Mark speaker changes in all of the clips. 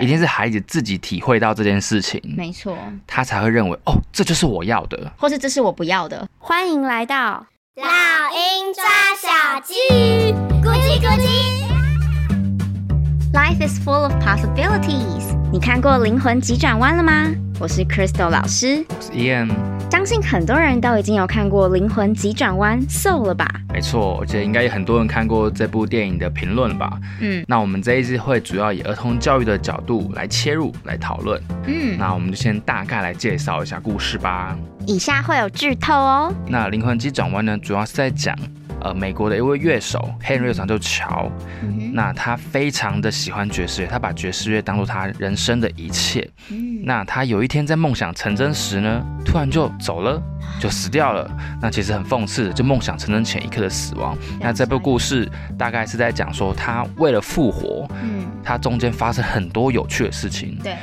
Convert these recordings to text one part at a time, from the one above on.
Speaker 1: 一定是孩子自己体会到这件事情，
Speaker 2: 没错，
Speaker 1: 他才会认为哦，这就是我要的。
Speaker 2: 或是这是我不要的。
Speaker 3: 欢迎来到
Speaker 4: 老鹰抓小鸡，咕叽咕叽。
Speaker 3: Life is full of possibilities。你看过《灵魂急转弯》了吗？我是 Crystal 老师，
Speaker 1: 我是 Ian，
Speaker 3: 相信很多人都已经有看过《灵魂急转弯》，so 了吧？
Speaker 1: 没错，而且应该也很多人看过这部电影的评论吧。
Speaker 2: 嗯
Speaker 1: 那我们这一次会主要以儿童教育的角度来切入来讨论。
Speaker 2: 嗯，
Speaker 1: 那我们就先大概来介绍一下故事吧。
Speaker 3: 以下会有剧透哦。
Speaker 1: 那《灵魂急转弯》呢，主要是在讲呃美国的一位乐手黑人乐手叫乔，
Speaker 2: 嗯
Speaker 1: 那他非常的喜欢爵士乐，他把爵士乐当做他人生的一切。
Speaker 2: 哼
Speaker 1: 那他有一天在梦想成真时呢，突然就走了，就死掉了。那其实很讽刺的，就梦想成真前一刻的死亡。那这部故事大概是在讲说，他为了复活，
Speaker 2: 嗯，
Speaker 1: 他中间发生很多有趣的事情。
Speaker 2: 对，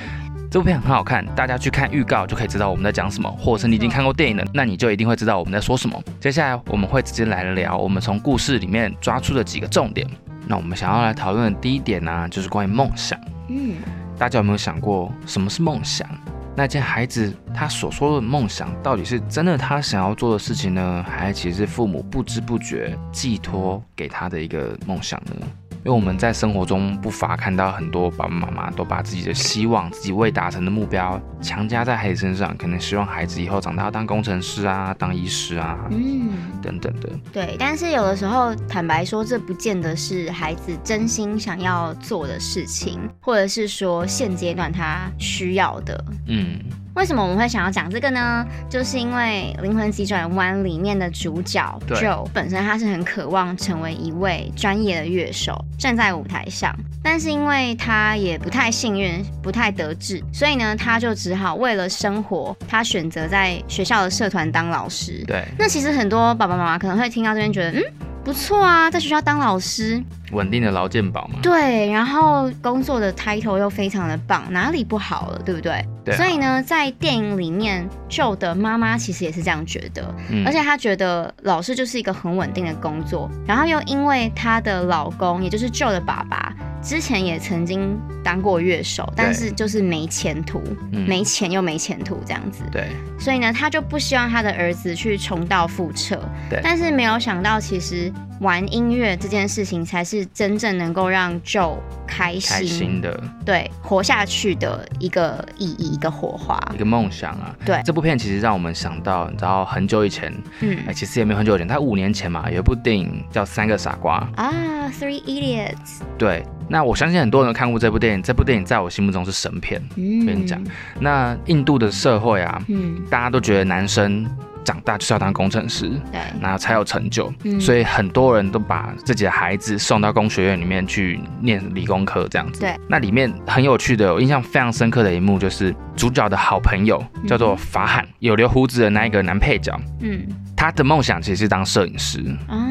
Speaker 1: 这部片很好看，大家去看预告就可以知道我们在讲什么，或者是你已经看过电影了，那你就一定会知道我们在说什么。接下来我们会直接来聊我们从故事里面抓出的几个重点。那我们想要来讨论的第一点呢、就是关于梦想。
Speaker 2: 嗯
Speaker 1: 大家有没有想过什么是梦想？那件孩子他所说的梦想，到底是真的他想要做的事情呢，还其实是父母不知不觉寄托给他的一个梦想呢？因为我们在生活中不乏看到很多爸爸妈妈都把自己的希望、自己未达成的目标强加在孩子身上，可能希望孩子以后长大要当工程师啊、当医师啊
Speaker 2: 嗯，
Speaker 1: 等等的。
Speaker 2: 对。但是有的时候，坦白说，这不见得是孩子真心想要做的事情，或者是说现阶段他需要的。
Speaker 1: 嗯，
Speaker 2: 为什么我们会想要讲这个呢？就是因为《灵魂急转弯》里面的主角
Speaker 1: 对
Speaker 2: Joe 本身他是很渴望成为一位专业的乐手，站在舞台上，但是因为他也不太幸运，不太得志，所以呢，他就只好为了生活，他选择在学校的社团当老师。
Speaker 1: 对，
Speaker 2: 那其实很多爸爸妈妈可能会听到这边觉得，嗯，不错啊，在学校当老师，
Speaker 1: 稳定的劳健保嘛。
Speaker 2: 对，然后工作的 title 又非常的棒，哪里不好了，对不对？
Speaker 1: 对啊
Speaker 2: 所以呢，在电影里面，Joe 的妈妈其实也是这样觉得，
Speaker 1: 嗯
Speaker 2: 而且她觉得老师就是一个很稳定的工作，然后又因为她的老公，也就是 Joe 的爸爸，之前也曾经当过乐手，但是就是没前途，
Speaker 1: 嗯
Speaker 2: 没钱又没前途这样子，
Speaker 1: 对
Speaker 2: 所以呢，他就不希望他的儿子去重蹈覆辙。
Speaker 1: 对
Speaker 2: 但是没有想到，其实玩音乐这件事情才是真正能够让 Joe 开心，
Speaker 1: 开心的
Speaker 2: 对活下去的一个意义，一个火花。
Speaker 1: 一个梦想啊。
Speaker 2: 对
Speaker 1: 这部片其实让我们想到，你知道很久以前，
Speaker 2: 嗯
Speaker 1: 哎，其实也没有很久以前，它五年前嘛，有一部电影叫《三个傻瓜》。
Speaker 2: 啊，Three Idiots，
Speaker 1: 对，那我相信很多人都看过这部电影，这部电影在我心目中是神片。
Speaker 2: 嗯
Speaker 1: 跟你讲，那印度的社会啊，
Speaker 2: 嗯，
Speaker 1: 大家都觉得男生长大就是要当工程师，
Speaker 2: 对，
Speaker 1: 那才有成就，
Speaker 2: 嗯
Speaker 1: 所以很多人都把自己的孩子送到工学院里面去念理工科这样子。
Speaker 2: 对，
Speaker 1: 那里面很有趣的，我印象非常深刻的一幕就是主角的好朋友叫做法罕，有留胡子的那一个男配角，
Speaker 2: 嗯
Speaker 1: 他的梦想其实是当摄影师。
Speaker 2: 啊，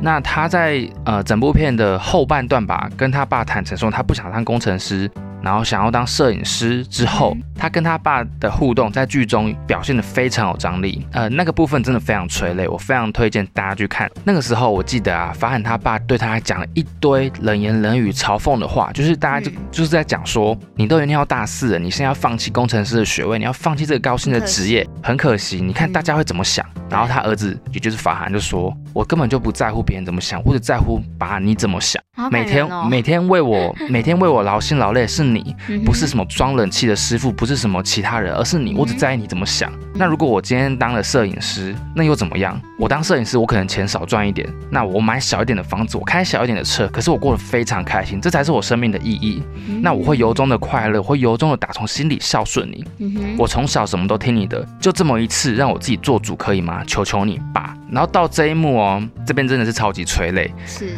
Speaker 1: 那他在呃整部片的后半段吧，跟他爸坦诚说他不想当工程师，然后想要当摄影师之后，
Speaker 2: 嗯
Speaker 1: 他跟他爸的互动在剧中表现的非常有张力，呃，那个部分真的非常催泪，我非常推荐大家去看。那个时候我记得啊，法罕他爸对他还讲了一堆冷言冷语、嘲讽的话，就是大家就、
Speaker 2: 嗯
Speaker 1: 就是在讲说，你都已经念到大四了，你现在要放弃工程师的学位，你要放弃这个高薪的
Speaker 2: 很可惜
Speaker 1: 职业，很可惜。你看
Speaker 2: 嗯
Speaker 1: 大家会怎么想？然后他儿子，也就是法涵，就说：“我根本就不在乎别人怎么想，我只在乎爸你怎么想。
Speaker 2: 好
Speaker 1: 每
Speaker 2: 感
Speaker 1: 天
Speaker 2: 人哦
Speaker 1: 每天为 我每天为我劳心劳累的是你，
Speaker 2: 嗯哼
Speaker 1: 不是什么装冷气的师傅，不是什么其他人，而是
Speaker 2: 嗯
Speaker 1: 你。我只在意你怎么想。那如果我今天当了摄影师，那又怎么样？我当摄影师，我可能钱少赚一点，那我买小一点的房子，我开小一点的车，可是我过得非常开心，这才是我生命的意义。
Speaker 2: 嗯
Speaker 1: 那我会由衷的快乐，我会由衷的打从心里孝顺你。
Speaker 2: 嗯哼
Speaker 1: 我从小什么都听你的，就这么一次让我自己做主可以吗？求求你爸。然后到这一幕哦，这边真的是超级催泪。
Speaker 2: 是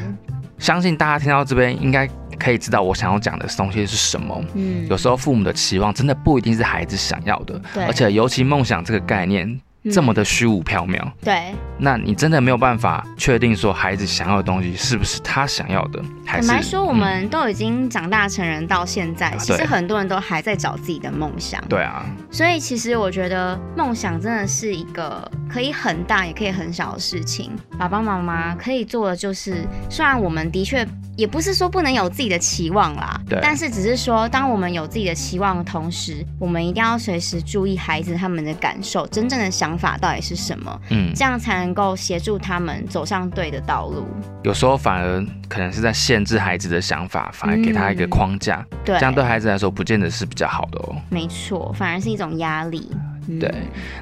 Speaker 1: 相信大家听到这边应该可以知道我想要讲的东西是什么。
Speaker 2: 嗯
Speaker 1: 有时候父母的期望真的不一定是孩子想要的，
Speaker 2: 对
Speaker 1: 而且尤其梦想这个概念
Speaker 2: 嗯
Speaker 1: 这么的虚无缥缈，
Speaker 2: 对，
Speaker 1: 那你真的没有办法确定说孩子想要的东西是不是他想要的，还
Speaker 2: 坦
Speaker 1: 是
Speaker 2: 白说，我
Speaker 1: 嗯啊
Speaker 2: 们都已经长大成人到现在，其实
Speaker 1: 对
Speaker 2: 很多人都还在找自己的梦想。
Speaker 1: 对啊，
Speaker 2: 所以其实我觉得梦想真的是一个可以很大也可以很小的事情。爸爸妈妈可以做的就是，虽然我们的确也不是说不能有自己的期望啦，
Speaker 1: 对
Speaker 2: 但是只是说，当我们有自己的期望的同时，我们一定要随时注意孩子他们的感受，真正的想法到底是什么，
Speaker 1: 嗯，
Speaker 2: 这样才能够协助他们走上对的道路。
Speaker 1: 有时候反而可能是在限制孩子的想法，反而给他一个
Speaker 2: 嗯
Speaker 1: 框架，
Speaker 2: 对，
Speaker 1: 这样对孩子来说不见得是比较好的哦。
Speaker 2: 没错，反而是一种压力。嗯
Speaker 1: 对，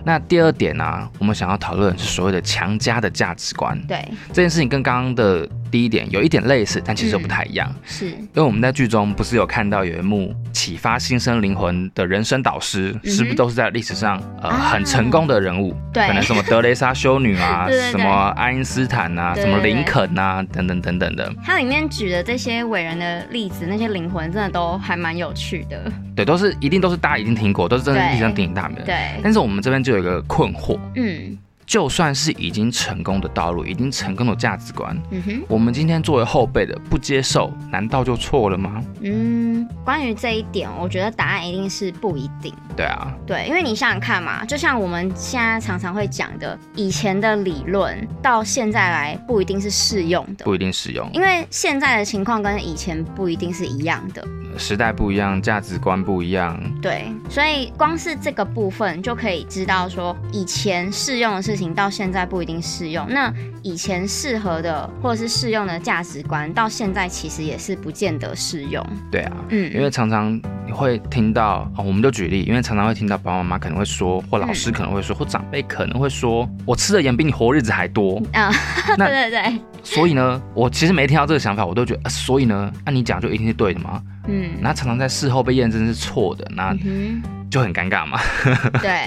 Speaker 1: 那第二点呢、我们想要讨论的是所谓的强加的价值观。
Speaker 2: 对，
Speaker 1: 这件事情跟刚刚的第一点有一点类似，但其实又不太一样。
Speaker 2: 是，
Speaker 1: 因为我们在剧中不是有看到有一幕启发新生灵魂的人生导师，
Speaker 2: 嗯
Speaker 1: 是不是都是在历史上呃、
Speaker 2: 啊
Speaker 1: 很成功的人物？
Speaker 2: 对
Speaker 1: 可能什么德雷莎修女啊，
Speaker 2: 对对
Speaker 1: 什
Speaker 2: 对
Speaker 1: 么爱因斯坦啊，
Speaker 2: 对
Speaker 1: 什么
Speaker 2: 对对
Speaker 1: 林肯啊，等等等等的，
Speaker 2: 它里面举的这些伟人的例子，那些灵魂真的都还蛮有趣的。
Speaker 1: 对，都是一定都是大家一定听过，都是真的
Speaker 2: 对
Speaker 1: 历史上鼎鼎大名的。
Speaker 2: 对，
Speaker 1: 但是我们这边就有一个困惑，
Speaker 2: 嗯
Speaker 1: 就算是已经成功的道路，已经成功的价值观，
Speaker 2: 嗯哼。
Speaker 1: 我们今天作为后辈的不接受，难道就错了吗？
Speaker 2: 嗯，关于这一点，我觉得答案一定是不一定。
Speaker 1: 对啊，
Speaker 2: 对，因为你想想看嘛，就像我们现在常常会讲的，以前的理论到现在来不一定是适用的，
Speaker 1: 不一定适用，
Speaker 2: 因为现在的情况跟以前不一定是一样的。
Speaker 1: 时代不一样，价值观不一样，
Speaker 2: 对，所以光是这个部分就可以知道说，以前适用的事情到现在不一定适用。那以前适合的或者是适用的价值观，到现在其实也是不见得适用。
Speaker 1: 对啊。
Speaker 2: 嗯，
Speaker 1: 因为常常你会听到、哦，我们就举例，因为常常会听到爸爸妈妈可能会说，或老师可能会说，或长辈可能会说，我吃的盐比你活日子还多。
Speaker 2: 啊，
Speaker 1: 那
Speaker 2: 对对对，
Speaker 1: 所以呢，我其实没听到这个想法，我都觉得，啊、所以呢，按、你讲就一定是对的吗？
Speaker 2: 嗯。
Speaker 1: 那常常在事后被验证是错的，那
Speaker 2: 嗯
Speaker 1: 就很尴尬嘛。
Speaker 2: 哼，对，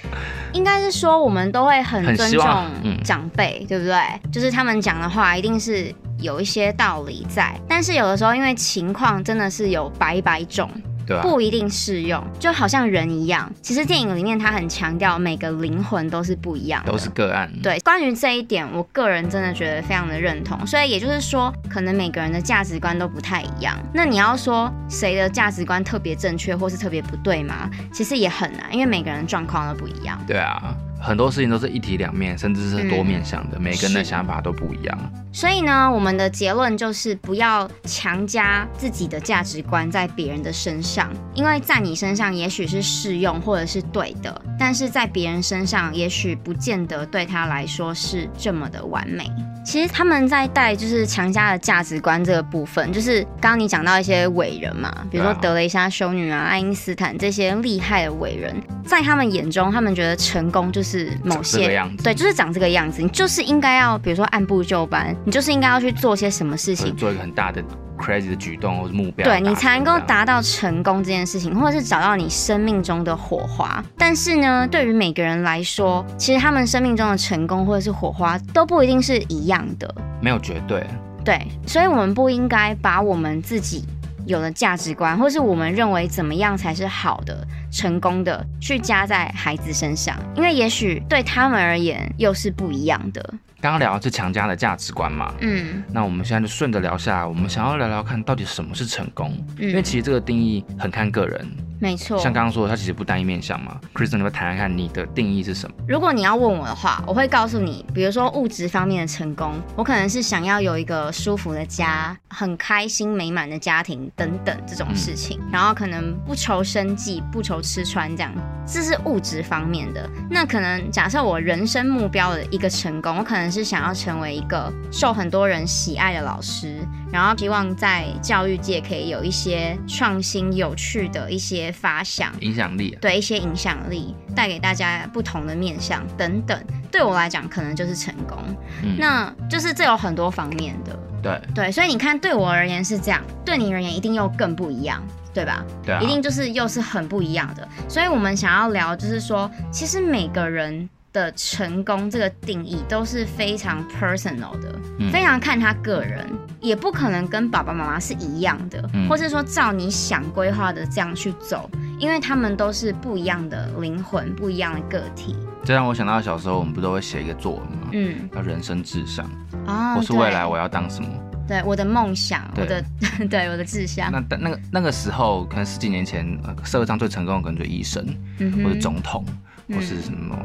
Speaker 2: 应该是说我们都会很
Speaker 1: 很
Speaker 2: 尊
Speaker 1: 希
Speaker 2: 重
Speaker 1: 望嗯
Speaker 2: 长辈，对不对？就是他们讲的话一定是有一些道理在，但是有的时候因为情况真的是有百百种，
Speaker 1: 对吧、
Speaker 2: 不一定适用，就好像人一样。其实电影里面他很强调每个灵魂都是不一样的，
Speaker 1: 都是个案。
Speaker 2: 对，关于这一点，我个人真的觉得非常的认同。所以也就是说，可能每个人的价值观都不太一样。那你要说谁的价值观特别正确，或是特别不对吗？其实也很难，因为每个人状况都不一样。
Speaker 1: 对啊，很多事情都是一体两面，甚至是多面向
Speaker 2: 嗯
Speaker 1: 的，每个人的
Speaker 2: 是
Speaker 1: 想法都不一样。
Speaker 2: 所以呢，我们的结论就是不要强加自己的价值观在别人的身上，因为在你身上也许是适用或者是对的，但是在别人身上也许不见得对他来说是这么的完美。其实他们在带就是强加的价值观这个部分，就是刚刚你讲到一些伟人嘛，比如说
Speaker 1: 对啊
Speaker 2: 德雷莎修女啊、爱因斯坦这些厉害的伟人，在他们眼中，他们觉得成功就是某
Speaker 1: 长这
Speaker 2: 些
Speaker 1: 个样子
Speaker 2: 对，就是长这个样子，你就是应该要，比如说按部就班，你就是应该要去做些什么事
Speaker 1: 所以
Speaker 2: 情，
Speaker 1: 呃做一个很大的 crazy 的举动或者目标，
Speaker 2: 对你才能够
Speaker 1: 嗯达
Speaker 2: 达到成功这件事情，或者是找到你生命中的火花。但是呢，对于每个人来说，其实他们生命中的成功或者是火花都不一定是一样的，
Speaker 1: 成这样没有绝对，
Speaker 2: 对，所以我们不应该把我们自己有的价值观，或是我们认为怎么样才是好的、成功的，去加在孩子身上，因为也许对他们而言又是不一样的。
Speaker 1: 刚刚聊的是强加的价值观嘛。
Speaker 2: 嗯
Speaker 1: 那我们现在就顺着聊下来，我们想要聊聊看到底什么是成功，因为
Speaker 2: 嗯，
Speaker 1: 其实这个定义很看个人。
Speaker 2: 没错。
Speaker 1: 像刚刚说的，它其实不单一面向嘛。Kristen，你要不要谈谈看你的定义是什么？
Speaker 2: 如果你要问我的话，我会告诉你，比如说物质方面的成功，我可能是想要有一个舒服的家、很开心美满的家庭等等这种事情，然后可能不愁生计、不愁吃穿这样，这是物质方面的。那可能假设我人生目标的一个成功，我可能是想要成为一个受很多人喜爱的老师，然后希望在教育界可以有一些创新、有趣的一些发想。
Speaker 1: 影响力、啊，
Speaker 2: 对一些影响力，带给大家不同的面向等等，对我来讲可能就是成功。
Speaker 1: 嗯
Speaker 2: 那就是这有很多方面的，
Speaker 1: 对
Speaker 2: 对，所以你看对我而言是这样，对你而言一定又更不一样，对吧？
Speaker 1: 对啊，
Speaker 2: 一定就是又是很不一样的。所以我们想要聊，就是说，其实每个人的成功这个定义都是非常 personal 的，
Speaker 1: 嗯
Speaker 2: 非常看他个人，也不可能跟爸爸妈妈是一样的，
Speaker 1: 嗯
Speaker 2: 或是说照你想规划的这样去走，因为他们都是不一样的灵魂，不一样的个体。
Speaker 1: 这让我想到小时候我们不都会写一个作文吗？
Speaker 2: 嗯，
Speaker 1: 叫人生至上，
Speaker 2: 哦，
Speaker 1: 或是未来我要当什么？
Speaker 2: 对对我的梦想，我
Speaker 1: 对
Speaker 2: 的 对我的志向，
Speaker 1: 那但那个那个时候，可能十几年前，呃，社会上最成功的可能就医生，
Speaker 2: 嗯
Speaker 1: 或者
Speaker 2: 哼，
Speaker 1: 总统，
Speaker 2: 嗯
Speaker 1: 或是什么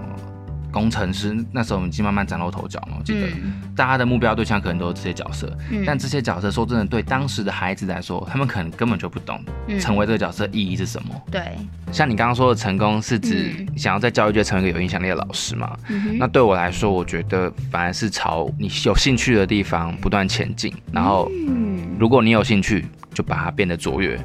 Speaker 1: 工程师，那时候已经慢慢崭露头角嘛。我记得、
Speaker 2: 嗯
Speaker 1: 大家的目标对象可能都是这些角色，
Speaker 2: 嗯
Speaker 1: 但这些角色说真的，对当时的孩子来说，他们可能根本就不懂
Speaker 2: 嗯
Speaker 1: 成为这个角色意义是什么。
Speaker 2: 对，
Speaker 1: 像你刚刚说的成功，是指想要在教育界成为一个有影响力的老师嘛？
Speaker 2: 嗯
Speaker 1: 那对我来说，我觉得反而是朝你有兴趣的地方不断前进，然后
Speaker 2: 哼，
Speaker 1: 如果你有兴趣，就把它变得卓越。
Speaker 2: 嗯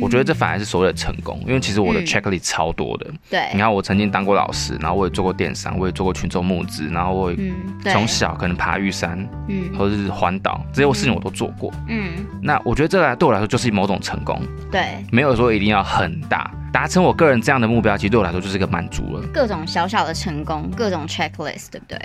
Speaker 1: 我觉得这反而是所谓的成功，因为其实我的
Speaker 2: 嗯哎
Speaker 1: checklist 超多的。你
Speaker 2: 对，
Speaker 1: 看，我曾经当过老师，然后我也做过电商，我也做过群众募资，然后我也
Speaker 2: 嗯，对，
Speaker 1: 从小可能爬玉山
Speaker 2: 嗯
Speaker 1: 或者是环岛这些事情我都做过。
Speaker 2: 嗯，
Speaker 1: 那我觉得这来对我来说就是某种成功，
Speaker 2: 对，
Speaker 1: 没有说一定要很大。达成我个人这样的目标，其实对我来说就是一个满足了。
Speaker 2: 各种小小的成功，各种 checklist，对不对？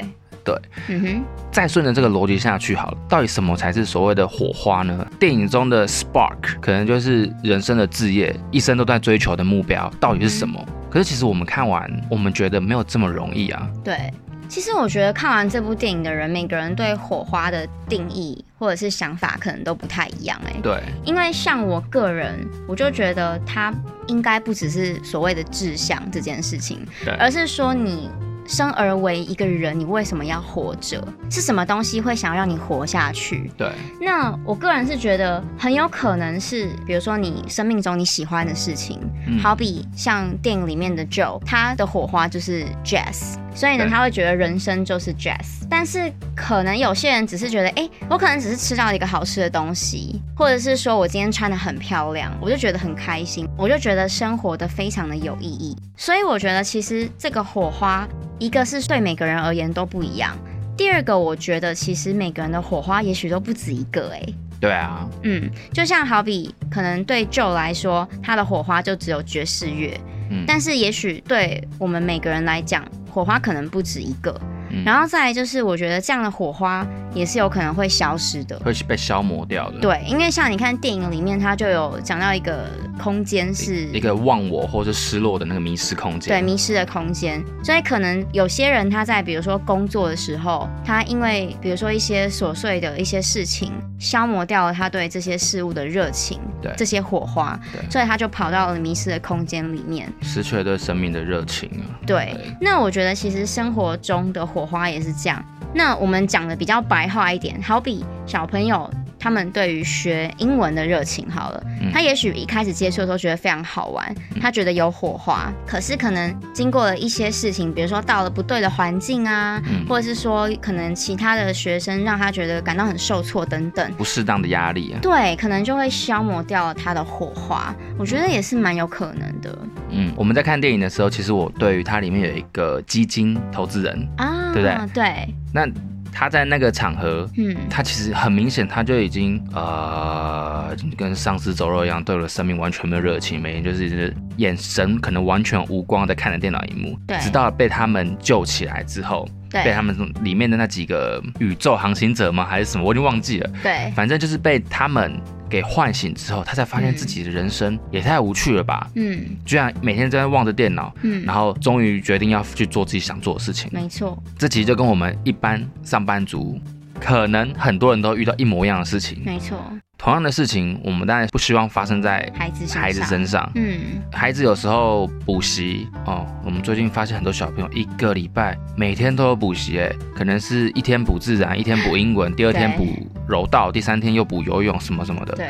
Speaker 1: 对，
Speaker 2: 嗯哼，
Speaker 1: 再顺着这个逻辑下去好了，到底什么才是所谓的火花呢？电影中的 spark 可能就是人生的志业，一生都在追求的目标到底是什么？可是其实我们看完，我们觉得没有这么容易啊。
Speaker 2: 对。其实我觉得看完这部电影的人，每个人对火花的定义或者是想法可能都不太一样哎、
Speaker 1: 对，
Speaker 2: 因为像我个人，我就觉得它应该不只是所谓的志向这件事情
Speaker 1: 对，
Speaker 2: 而是说你生而为一个人，你为什么要活着？是什么东西会想让你活下去？
Speaker 1: 对，
Speaker 2: 那我个人是觉得很有可能是，比如说你生命中你喜欢的事情，
Speaker 1: 嗯
Speaker 2: 好比像电影里面的 Joe，他的火花就是 Jazz，所以呢
Speaker 1: 对
Speaker 2: 他会觉得人生就是 Jazz。但是可能有些人只是觉得，哎、我可能只是吃到一个好吃的东西，或者是说我今天穿的很漂亮，我就觉得很开心，我就觉得生活的非常的有意义。所以我觉得其实这个火花，一个是对每个人而言都不一样。第二个，我觉得其实每个人的火花也许都不止一个哎、诶
Speaker 1: 对啊，
Speaker 2: 嗯，就像好比可能对 Joe 来说，他的火花就只有爵士乐，
Speaker 1: 嗯
Speaker 2: 但是也许对我们每个人来讲，火花可能不止一个。
Speaker 1: 嗯
Speaker 2: 然后再来就是，我觉得这样的火花也是有可能会消失的。
Speaker 1: 会被消磨掉的。，
Speaker 2: 对，因为像你看电影里面，它就有讲到一个空间是
Speaker 1: 一个忘我或者失落的那个迷失空
Speaker 2: 对
Speaker 1: 间。
Speaker 2: 迷失的空间，所以可能有些人他在比如说工作的时候，他因为比如说一些琐碎的一些事情，消磨掉了他对这些事物的热情，
Speaker 1: 对
Speaker 2: 这些火花，
Speaker 1: 对
Speaker 2: 所以他就跑到了迷失的空间里面。
Speaker 1: 失去了对生命的热情啊。
Speaker 2: 对，那我觉得其实生活中的火花也是这样。那我们讲的比较白话一点，好比小朋友他们对于学英文的热情好了，
Speaker 1: 嗯
Speaker 2: 他也许一开始接触的时候觉得非常好玩，他觉得有火花，可是可能经过了一些事情，比如说到了不对的环境啊，
Speaker 1: 嗯
Speaker 2: 或者是说可能其他的学生让他觉得感到很受挫等等，
Speaker 1: 不适当的压力啊。
Speaker 2: 对，可能就会消磨掉了他的火花。我觉得也是蛮有可能的
Speaker 1: 嗯，我们在看电影的时候，其实我对于它里面有一个基金投资人，
Speaker 2: 啊，
Speaker 1: 对不
Speaker 2: 对，
Speaker 1: 那他在那个场合，
Speaker 2: 嗯，
Speaker 1: 他其实很明显，他就已经呃，跟丧尸走肉一样，对我的生命完全没有热情，每天就是眼神可能完全无光的看着电脑荧幕
Speaker 2: 对，
Speaker 1: 直到被他们救起来之后，被
Speaker 2: 对
Speaker 1: 他们里面的那几个宇宙航行者吗，还是什么，我已经忘记了，
Speaker 2: 对。
Speaker 1: 反正就是被他们给唤醒之后，他才发现自己的人生也太无趣了吧，
Speaker 2: 嗯
Speaker 1: 居然每天都在望着电脑。
Speaker 2: 嗯，
Speaker 1: 然后终于决定要去做自己想做的事情，
Speaker 2: 没错，
Speaker 1: 这其实就跟我们一般上班族，可能很多人都遇到一模一样的事情。
Speaker 2: 没错，
Speaker 1: 同样的事情，我们当然不希望发生在
Speaker 2: 孩子身上
Speaker 1: 孩子身上。
Speaker 2: 嗯，
Speaker 1: 孩子有时候补习哦，我们最近发现很多小朋友一个礼拜每天都有补习，哎，可能是一天补自然，一天补英文，第二天补柔道，第三天又补游泳什么什么的，
Speaker 2: 对。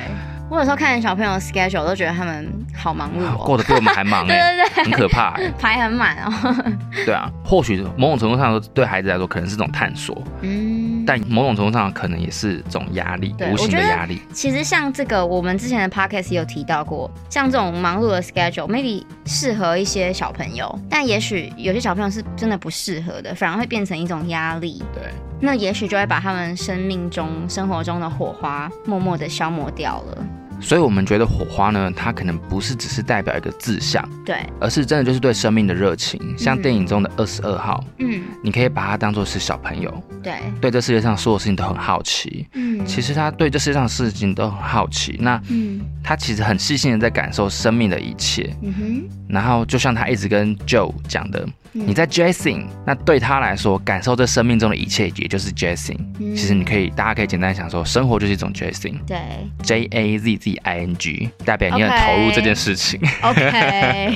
Speaker 2: 我有时候看小朋友的 schedule 都觉得他们好忙碌哦，
Speaker 1: 啊过得比我们还忙
Speaker 2: 对
Speaker 1: 哎，
Speaker 2: 对对，
Speaker 1: 很可怕哎。
Speaker 2: 排很满哦。
Speaker 1: 对啊，或许某种程度上说，对孩子来说可能是种探索，
Speaker 2: 嗯，
Speaker 1: 但某种程度上可能也是种压力，
Speaker 2: 对
Speaker 1: 无形
Speaker 2: 我觉
Speaker 1: 的
Speaker 2: 得
Speaker 1: 压力。
Speaker 2: 其实像这个，我们之前的 podcast 也有提到过，像这种忙碌的 schedule，maybe 适合一些小朋友，但也许有些小朋友是真的不适合的，反而会变成一种压力。
Speaker 1: 对。
Speaker 2: 那也许就会把他们生命中、生活中的火花默默的消磨掉了。
Speaker 1: 所以我们觉得火花呢，它可能不是只是代表一个志向，
Speaker 2: 对，
Speaker 1: 而是真的就是对生命的热情。像
Speaker 2: 嗯
Speaker 1: 电影中的二十二号，
Speaker 2: 嗯，
Speaker 1: 你可以把它当做是小朋友，
Speaker 2: 对，
Speaker 1: 对这世界上所有事情都很好奇。
Speaker 2: 嗯，
Speaker 1: 其实他对这世界上的事情都很好奇，那
Speaker 2: 嗯
Speaker 1: 他其实很细心的在感受生命的一切。
Speaker 2: 嗯哼。
Speaker 1: 然后就像他一直跟 Joe 讲的，你在 Jazzing，那对他来说，感受这生命中的一切，也就是 Jazzing。
Speaker 2: 嗯
Speaker 1: 其实你可以，大家可以简单想说，生活就是一种 Jazzing。
Speaker 2: 对
Speaker 1: J A Z Z I N G，代表你很投入这 件事情。
Speaker 2: ，OK，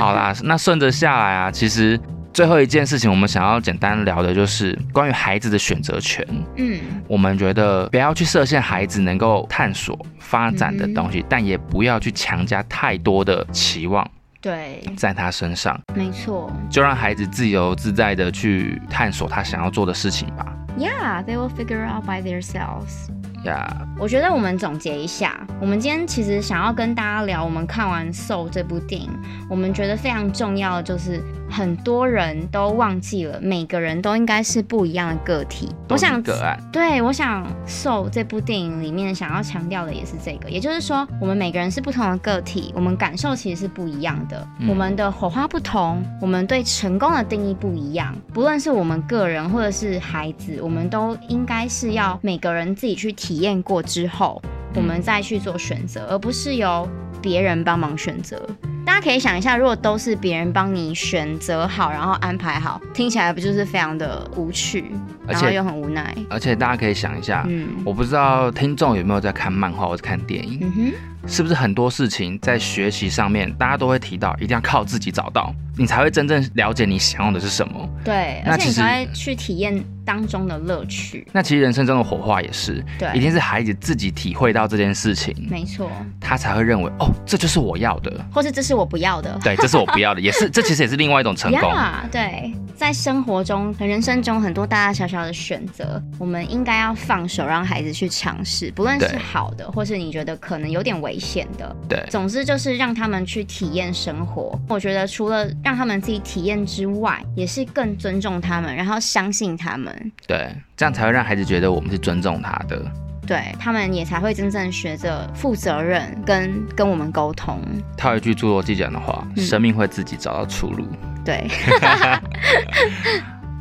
Speaker 1: 好啦，那顺着下来啊，其实最后一件事情，我们想要简单聊的就是关于孩子的选择权。
Speaker 2: 嗯，
Speaker 1: 我们觉得不要去设限孩子能够探索发展的东西，
Speaker 2: 嗯
Speaker 1: 但也不要去强加太多的期望
Speaker 2: 对，
Speaker 1: 在他身上，
Speaker 2: 没错。
Speaker 1: 就让孩子自由自在的去探索他想要做的事情吧。
Speaker 2: Yeah, they will figure out by themselves.
Speaker 1: 呀、
Speaker 2: 我觉得我们总结一下，我们今天其实想要跟大家聊，我们看完《Soul》这部电影，我们觉得非常重要的就是，很多人都忘记了，每个人都应该是不一样的个体。
Speaker 1: 都
Speaker 2: 我
Speaker 1: 是
Speaker 2: 想
Speaker 1: 个案，
Speaker 2: 对，我想《受》这部电影里面想要强调的也是这个，也就是说，我们每个人是不同的个体，我们感受其实是不一样的，
Speaker 1: 嗯
Speaker 2: 我们的火花不同，我们对成功的定义不一样。不论是我们个人或者是孩子，我们都应该是要每个人自己去体验过之后，我们
Speaker 1: 嗯
Speaker 2: 再去做选择，而不是由别人帮忙选择。大家可以想一下，如果都是别人帮你选择好，然后安排好，听起来不就是非常的无趣，
Speaker 1: 而
Speaker 2: 然后
Speaker 1: 且
Speaker 2: 又很无奈。
Speaker 1: 而且大家可以想一下，
Speaker 2: 嗯
Speaker 1: 我不知道听众有没有在看漫画或者看电影，
Speaker 2: 嗯哼，
Speaker 1: 是不是很多事情在学习上面，大家都会提到，一定要靠自己找到，你才会真正了解你想要的是什么。
Speaker 2: 对，
Speaker 1: 那
Speaker 2: 而且
Speaker 1: 其
Speaker 2: 你
Speaker 1: 实
Speaker 2: 才会去体验当中的乐趣。
Speaker 1: 那其实人生中的火花也是，
Speaker 2: 对
Speaker 1: 一定是孩子自己体会到这件事情，
Speaker 2: 没错，
Speaker 1: 他才会认为哦，这就是我要的，
Speaker 2: 或是这是我不要的。
Speaker 1: 对，这是我不要的，也是这其实也是另外一种成功。
Speaker 2: 呀对，在生活中、人生中很多大大小小的选择，我们应该要放手让孩子去尝试，不论是
Speaker 1: 对
Speaker 2: 好的，或是你觉得可能有点危险的，
Speaker 1: 对
Speaker 2: 总之就是让他们去体验生活。我觉得除了让他们自己体验之外，也是更尊重他们，然后相信他们，
Speaker 1: 对，这样才会让孩子觉得我们是尊重他的。
Speaker 2: 对他们也才会真正学着负责任跟跟我们沟通。
Speaker 1: 套一句侏罗纪讲的话，生命会自己找到出路。
Speaker 2: 对。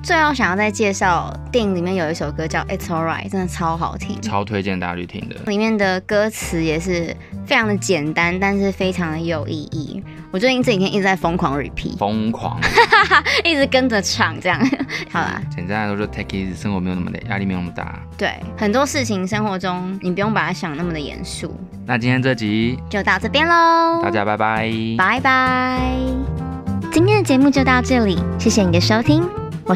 Speaker 2: 最后想要再介绍电影里面有一首歌叫《It's Alright》，真的超好听。
Speaker 1: 超推荐大家去听的。
Speaker 2: 里面的歌词也是非常的简单，但是非常的有意义。我最近这几天一直在疯狂 repeat，
Speaker 1: 疯狂，
Speaker 2: 一直跟着唱这样。 好啦，
Speaker 1: 简单来说就 take it，easy，生活没有那么累，压力没有那么大。
Speaker 2: 对，很多事情生活中你不用把它想那么的严肃，
Speaker 1: 那今天这集
Speaker 2: 就到这边喽，
Speaker 1: 大家拜拜，
Speaker 2: 拜拜。
Speaker 3: 今天的节目就到这里，谢谢你的收听，我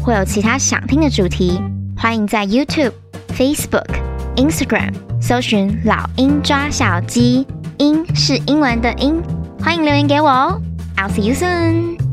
Speaker 3: 或有其他想听的主题，欢迎在 YouTube、Facebook、Instagram 搜寻“老鹰抓小鸡”，鹰是英文的鹰，欢迎留言给我哦。I'll see you soon.